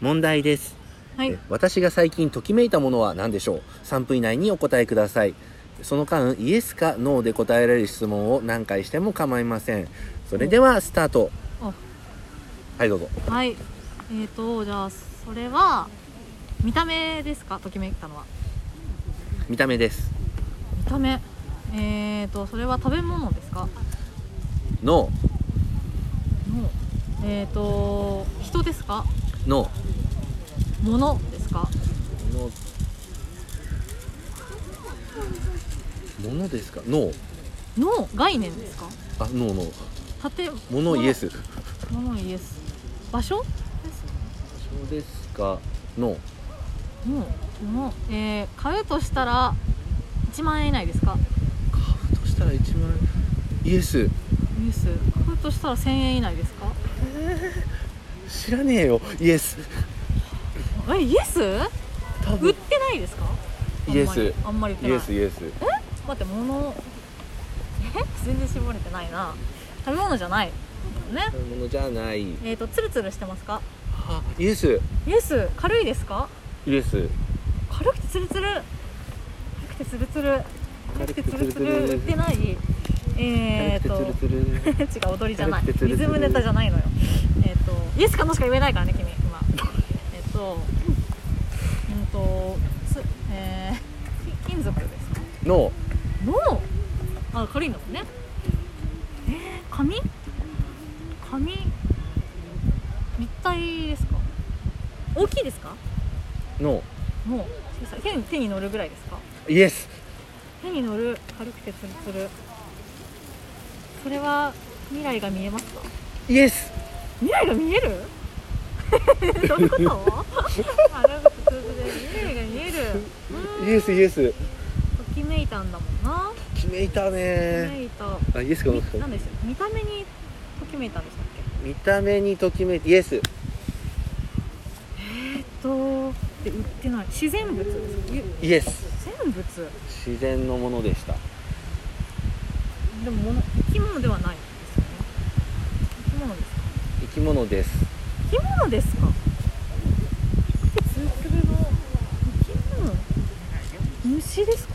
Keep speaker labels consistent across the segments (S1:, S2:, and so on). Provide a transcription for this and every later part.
S1: 問題です、
S2: はい
S1: え私が最近ときめいたものは何でしょう3分以内にお答えくださいその間イエスかノーで答えられる質問を何回しても構いませんそれではスタート
S2: お
S1: はいどうぞ
S2: はいえーとじゃあそれは見た目ですかときめいたのは
S1: 見た目です
S2: 見た目えーとそれは食べ物ですか
S1: ノ
S2: のえーと人ですか
S1: ーノ
S2: 物ですか
S1: ーノーものですかノー
S2: の概念ですか
S1: あノーノー
S2: 建
S1: ものイエス
S2: 物イエス場所です
S1: そうですかノー
S2: もうもうえー、買うとしたら1万円以内ですか
S1: 買うとしたら1万円イエス
S2: ニュース買うとしたら1000円以内ですか
S1: 知らねえよイエス
S2: えイエス
S1: 多
S2: 売っ
S1: 分
S2: てないですかあ
S1: イ
S2: んまり
S1: エス
S2: あんまり売って
S1: イ
S2: ない
S1: エスイエス
S2: 待って物え全然絞れてないな食べ物じゃないね
S1: そういうものじゃない
S2: えー、とツルツルしてますか
S1: あイエス
S2: イエス軽いですか
S1: イエス
S2: 軽くてツルツル軽くてツルツル軽くてツルツル売ってないえー、
S1: 軽く
S2: と
S1: てツルツ
S2: 違う踊りじゃない
S1: 軽くてツルツ
S2: リ
S1: ル
S2: ズムネタじゃないのよえっ、とイエスかノーしか言えないからね君今えっとうんとつえー、金属ですか
S1: ルの
S2: のあ軽いんだもんねえー、紙紙立体ですか大きいですか
S1: の
S2: もう小さい手に手に乗るぐらいですか
S1: イエス
S2: 手に乗る軽くてツルツルそれは未来が見えますか
S1: イエス
S2: 未来が見 えるどういうことあなんか普通で未来が見える
S1: イエスイエス
S2: ときめいたんだもんな
S1: 決めた
S2: とき
S1: ね
S2: めいた
S1: あイエスかな
S2: みなんでした見た目にときめいたんでしたっけ
S1: 見た目にときめいてイエス
S2: えっとで売ってない自然物ですかゆ
S1: イエス
S2: 自然物
S1: 自然のものでした
S2: でも物生き物ではないですよね生き物ですか
S1: 生き物です
S2: 生き物ですかツルツルの生き物虫ですか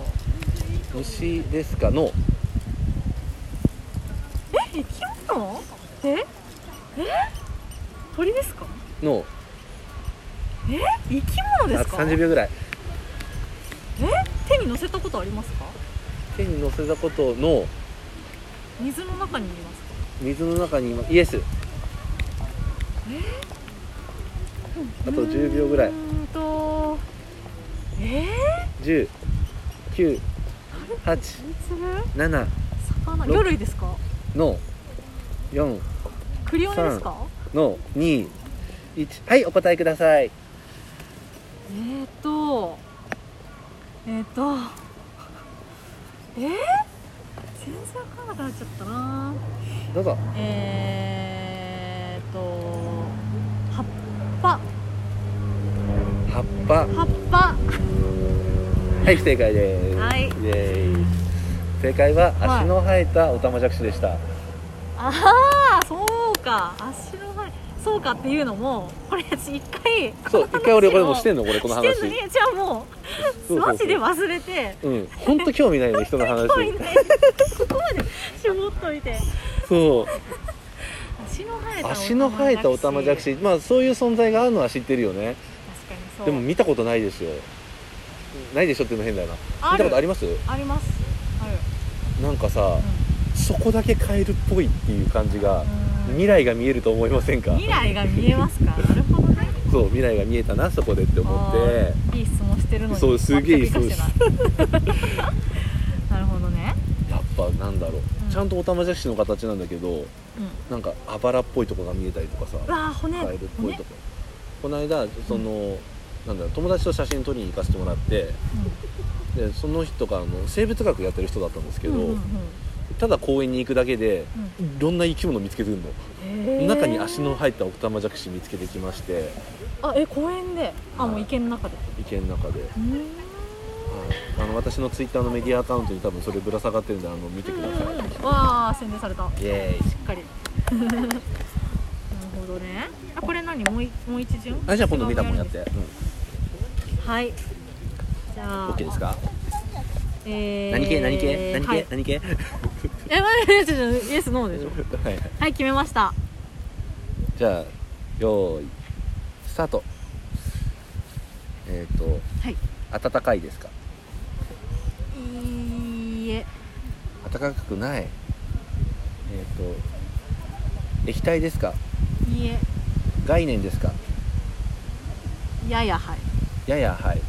S1: 虫ですかの
S2: え生き物ええ鳥ですか
S1: の
S2: え生き物で
S1: あ
S2: す
S1: と
S2: か
S1: 30秒ぐらい
S2: え手に乗せたことありますか
S1: 手に乗せたことの
S2: 水の中にいますか
S1: 水の中に今イエスあと10秒ぐらいう
S2: ーんとえ
S1: 1 0 9 8
S2: ー、ツルツル
S1: 7
S2: 魚
S1: ろ
S2: 魚類ですか
S1: の4
S2: クリオネですか
S1: の21はいお答えください
S2: えーとえーとえー、全然わかんなくなっちゃったな
S1: どうぞ
S2: えーと葉っぱ
S1: 葉っぱ
S2: 葉っぱ
S1: はい不正解です、
S2: はい
S1: イエーイ正解は足の生えたオタマジャクシでした、
S2: ああそうか足の前そうかっていうのもこれ私一回
S1: そう一回俺これもうしてん
S2: の
S1: のこれこの
S2: 話
S1: 話
S2: をしてんのにじゃあもう
S1: そうそうそう
S2: マジで忘れて
S1: うん本当興味ないよね人の話
S2: ここにねここまで絞っといて
S1: そう
S2: 足の生えた
S1: 足の生えたオタマジャクシまあそういう存在があるのは知ってるよね
S2: 確かにそう
S1: でも見たことないですよないでしょっていうの変だよな見たことあります
S2: ありますある
S1: なんかさ、
S2: う
S1: そこだけカエルっぽいっていう感じが
S2: うん
S1: 未来が見えると思いませんか
S2: 未来が見えますかなるほどね
S1: そう未来が見えたなそこでって思って
S2: あーいい質問してるのに
S1: そうすげえいい
S2: 全く活かしてないなるほどね
S1: やっぱなんだろう、
S2: うん
S1: ちゃんとオタマジャクシの形なんだけど
S2: うん
S1: なんかあばらっぽいとこが見えたりとかさ
S2: うわー骨
S1: カエルっぽい
S2: 骨
S1: とこ、この間その、なんだろう友達と写真撮りに行かせてもらってでその人があの生物学やってる人だったんですけ
S2: う
S1: ど、
S2: んうんうん
S1: ただ公園に行くだけで
S2: うん
S1: いろんな生き物見つけてくるの、
S2: へー
S1: 中に足の入ったオタマジャクシ見つけてきまして
S2: あえ公園であもう池の中で
S1: 池の中で
S2: うーんうん
S1: あの私のツイッターのメディアアカウントに多分それぶら下がってるんであの見てください、
S2: うんうんわあ宣伝されたし
S1: イエーイ
S2: っかりなるほどどねあこれ何もういもう一巡
S1: あじゃあ今度見たもんやって、
S2: はいじゃ
S1: うん、
S2: あ
S1: OK ですか、
S2: えー、
S1: 何系何系何系、
S2: はい、
S1: 何系は
S2: え待ってちょっとイエスノーでしょ
S1: いはい
S2: はい決めました
S1: じゃあ用意スタートえっ、ー、と
S2: はい
S1: 暖かいですか
S2: いいえ
S1: 暖かくないえっ、と液体ですか
S2: いいえ
S1: 概念ですか
S2: ややはい
S1: ややはい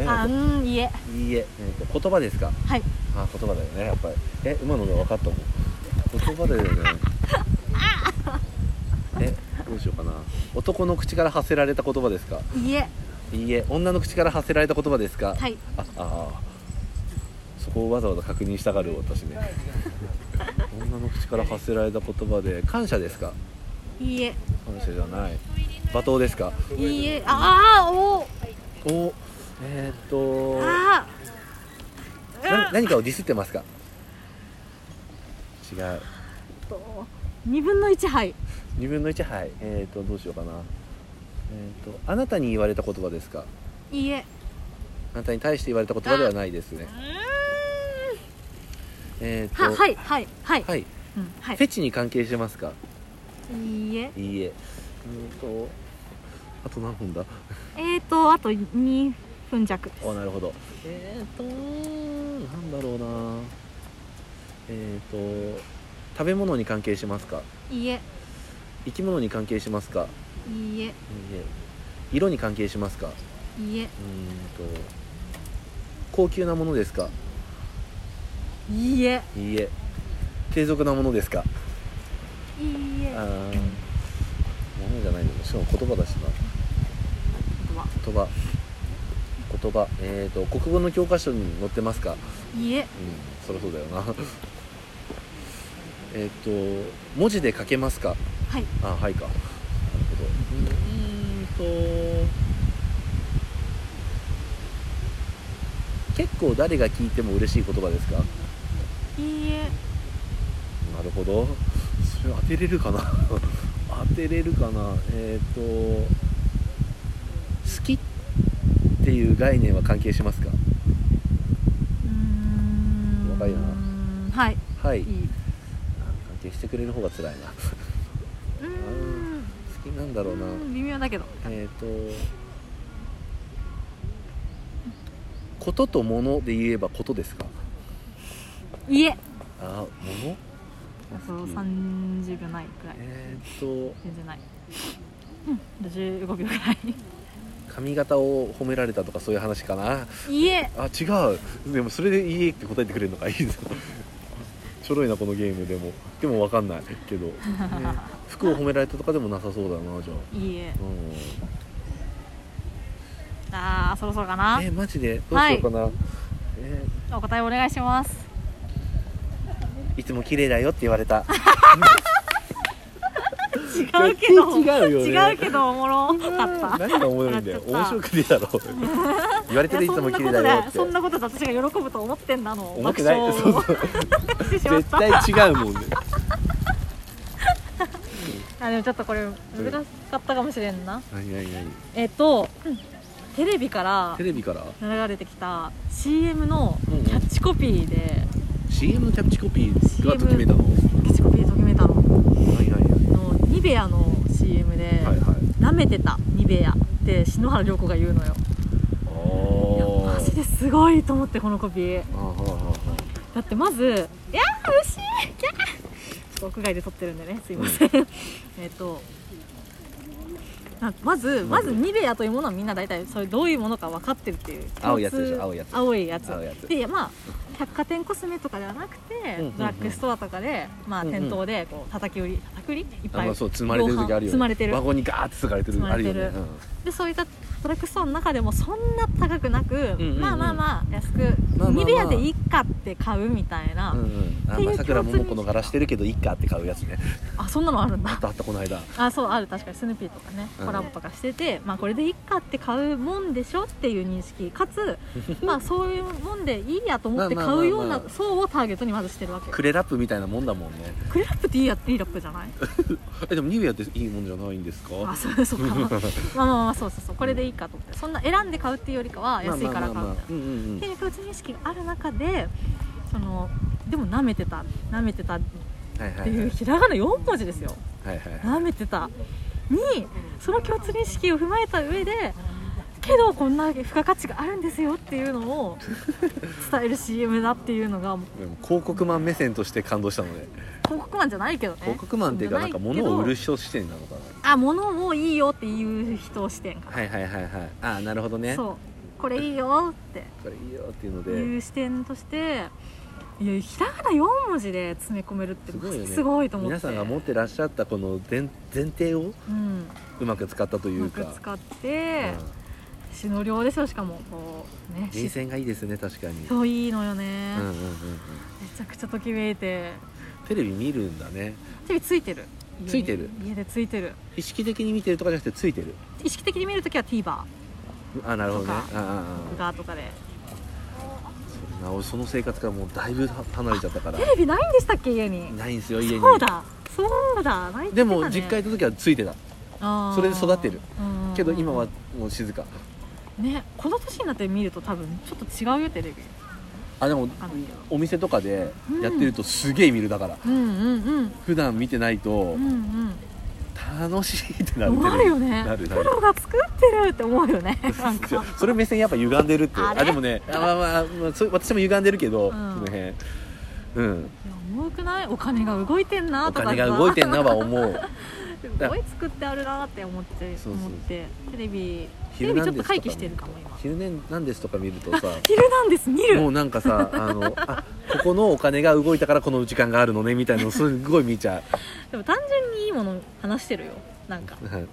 S1: や
S2: あ
S1: や
S2: うんいいえ
S1: いいえ、えー、と言葉ですか
S2: はい
S1: あ言葉だよねやっぱりえ今ので分かったもん言葉だよね えどうしようかな男の口から発せられた言葉ですか
S2: いいえ
S1: いいえ女の口から発せられた言葉ですか、
S2: はい
S1: あああそこをわざわざ確認したがる私ね女の口から発せられた言葉で感謝ですか
S2: いいえ
S1: 感謝じゃない罵倒ですか
S2: いいえああお
S1: おえー、っと
S2: あー
S1: な
S2: あ
S1: 何かをディスってますか違う
S2: 二分の一はい
S1: 2分の1はいえー、とどうしようかなえー、とあなたに言われた言葉ですか
S2: いいえ
S1: あなたに対して言われた言葉ではないですねえー、と
S2: ははいはいはい
S1: はい
S2: うんはい
S1: フェチに関係してますか
S2: いいえ
S1: いいえうーんとあと何分だ
S2: えーとあと二分弱です
S1: あなるほどえー、となんだろうなえー、と食べ物に関係しますか
S2: いいえ
S1: 生き物に関係しますか
S2: いいえ
S1: いいえ色に関係しますかう
S2: いいえ
S1: ーんと高級なものですか
S2: いいえ
S1: いいえ低俗なものですか
S2: いいえ
S1: あーものじゃないんだけどしかも言葉だしな
S2: 言葉
S1: 言葉言葉えー、と国語の教科書に載ってますか
S2: いいえ
S1: うんそりゃそうだよな えっと文字で書けますか
S2: はい
S1: あはいかなるほどうーんと結構誰が聞いても嬉しい言葉ですか
S2: いいえ
S1: なるほどそれ当てれるかな 当てれるかなえっ、と好きっていう概念は関係しますか
S2: うーん
S1: 若いな
S2: はい
S1: はい
S2: いい
S1: 関係してくれる方が辛いな
S2: うーん
S1: 好きなんだろうな、
S2: うん微妙だけど
S1: えっ、とことともので言えばことですか
S2: いいえ
S1: あもの
S2: あと30秒ないくらい
S1: えっ、と
S2: 全然ないうん15秒くらい
S1: 髪型を褒められたとかそういう話かない
S2: いえ
S1: あ違うでもそれで「いいえ」って答えてくれるのかい いですかちょろいなこのゲームでもでも分かんないけ ど、ね服を褒められたとかでもなさそうだなじゃあ
S2: いいえ
S1: うん
S2: あーそろそろかな
S1: えマジでどうしようかな、え
S2: お答えお願いします
S1: いつも綺麗だよって言われた
S2: 違うけど
S1: 絶対違うよね
S2: 違うけどおもろかっ た
S1: 何が面白いんだよ面
S2: 笑っちゃ
S1: 白
S2: っ
S1: くねえだ ろ言われ
S2: い
S1: て
S2: や
S1: るいつ
S2: そん
S1: も
S2: な
S1: 綺
S2: こ
S1: 麗だ
S2: と
S1: よ
S2: で
S1: って
S2: そんなことで私が喜ぶと思ってんだの
S1: 思ってない
S2: 爆
S1: そう
S2: 笑
S1: そう
S2: をしてしまっ
S1: 絶
S2: た
S1: 対違うもん ね
S2: あでもちょっとこれ難しかったかもしれんな
S1: 何何何
S2: えっとテレビから
S1: テレビから
S2: 流れてきた CM の
S1: うんうん
S2: キャッチコピーで
S1: CM のキャッチコピーがときめいたの
S2: キャッチコピーときめいたの
S1: 何何何
S2: のニベアの CM で
S1: はいはい
S2: 「舐めてたニベア」って篠原涼子が言うのよ
S1: あ
S2: マジですごいと思ってこのコピー
S1: あああああ
S2: だってまず「いやー虫キャー!」ちょっと屋外で撮ってるんでねすいません えっとなまずまずニベアというものはみんな大体それどういうものか分かってるっていう
S1: 青いやつ
S2: 共通
S1: でしょ青いやつ
S2: 青いやつ
S1: 青いやつ
S2: でまあ百貨店コスメとかではなくて、
S1: うんうん
S2: ドラッグストアとかで、まあ、
S1: うんうん
S2: 店頭でこう叩き売り叩き売りいっ
S1: あ
S2: ぱ
S1: の
S2: い
S1: そう積まれてる時あるよね
S2: 積まれてる
S1: ワゴンにガーって積まれてる
S2: 積まれてる
S1: あるよね、
S2: でそういったドラッグストアの中でもそんな高くなく、
S1: んうんうん
S2: まあまあまあ安く、
S1: まあまあまあ
S2: ニベアでいいかって買うみたいな、
S1: うんうんあ
S2: っていう
S1: まあさくらももこ
S2: 共通認
S1: の
S2: 識
S1: 柄してるけどいっかって買うやつね
S2: あそんなのあるん
S1: あっ
S2: だ
S1: たあったこの間
S2: あそうある確かにスヌーピーとかね
S1: うん
S2: コラボとかしてて、まあこれでいいかって買うもんでしょっていう認識か つまあそういうもんでいいやと思って
S1: まあま
S2: 買
S1: あまあま
S2: う
S1: あ
S2: ような層をターゲットにまずしてるわけよ
S1: クレラップみたいなもんだもんね
S2: クレラップっていいやいいラップじゃない
S1: えでもニベアっていいもんじゃないんです
S2: あ
S1: か
S2: そ うそうかまあまあまあそうそうそうこれでいいかと思ってそんな選んで買うっていうよりかは安いから買うみたいな、
S1: うんうんうん
S2: っていう共通認識がある中でそのでも舐めてた舐めてたっ
S1: はいは
S2: て
S1: い
S2: いうひらがな4文字ですよ
S1: はいはいはい
S2: 舐めてたにその共通認識を踏まえた上でけどこんな付加価値があるんですよっていうのを伝える CM だっていうのが
S1: でも広告マン目線として感動したので
S2: 広告マンじゃないけどね
S1: 広告マンっていうかなんか物を売る人視点なのかな
S2: あ物をいいよっていう人視点かな、
S1: はいはいはいはいああなるほどねこ
S2: そうこれいいよって
S1: れいいよっていうの
S2: い
S1: で
S2: う視点としていやひらがな4文字で詰め込めるって
S1: すごいよね
S2: すごいと思って
S1: 皆さんが持ってらっしゃったこの前前提を
S2: うん、
S1: うまく使ったという
S2: ま
S1: う
S2: く
S1: か
S2: 使って
S1: うん
S2: 詩の量ですよしかもこうね
S1: 人
S2: 詩
S1: 選がいいですね確かに
S2: といいのよね、
S1: うんうんうんうん
S2: めちゃくちゃときめいて
S1: テレビ見るんだね
S2: テレビついてる家に
S1: ついてる
S2: 家でついてる
S1: 意識的に見てるとかじゃなくてついてる
S2: 意識的に見るときは TVer
S1: あなるほどね
S2: と
S1: あ
S2: か
S1: ああ
S2: がとかで
S1: ああ俺その生活からもうだいぶ離れちゃったから
S2: テレビないんでしたっけ家に
S1: ないんですよ家に
S2: そうだそうだないって
S1: で
S2: 言ってたね
S1: も実家行った時はついてた
S2: あー
S1: それで育ってる
S2: うん
S1: けど今はもう静か
S2: ねこの年になって見ると多分ちょっと違うよテレビ
S1: あでも
S2: かんないけど
S1: お店とかでやってるとすげえ見るだから
S2: うんうんうん
S1: 普段見てないと
S2: うん
S1: 楽しいってな
S2: う
S1: る
S2: んなるよね
S1: なるな
S2: プ
S1: る
S2: ロが作ってるって思うよねなん
S1: いや
S2: か
S1: それ目線やっぱ歪んでるって
S2: あれ
S1: でもねあまあまあ、まあ、そう私も歪んでるけど、
S2: ん
S1: その辺うん
S2: いや重くないお金が動いてん
S1: お
S2: なとかさ
S1: 金が動いてんなは思 う
S2: すごい作ってあるなって思って
S1: そうそう
S2: 思ってテレビテレ
S1: 昼
S2: ビ
S1: な
S2: ちょ
S1: ん
S2: っ
S1: です
S2: と
S1: とか
S2: 回
S1: 見
S2: 帰
S1: る
S2: してるかも今
S1: 昼寝なんですとか見ると さ
S2: 「ヒルナンデス」見
S1: も
S2: る
S1: うなんかさあのあここのお金が動いたからこの時間があるのねみたいなのすごい見ちゃ
S2: でも単純にいいもの話してるよなんか
S1: うはい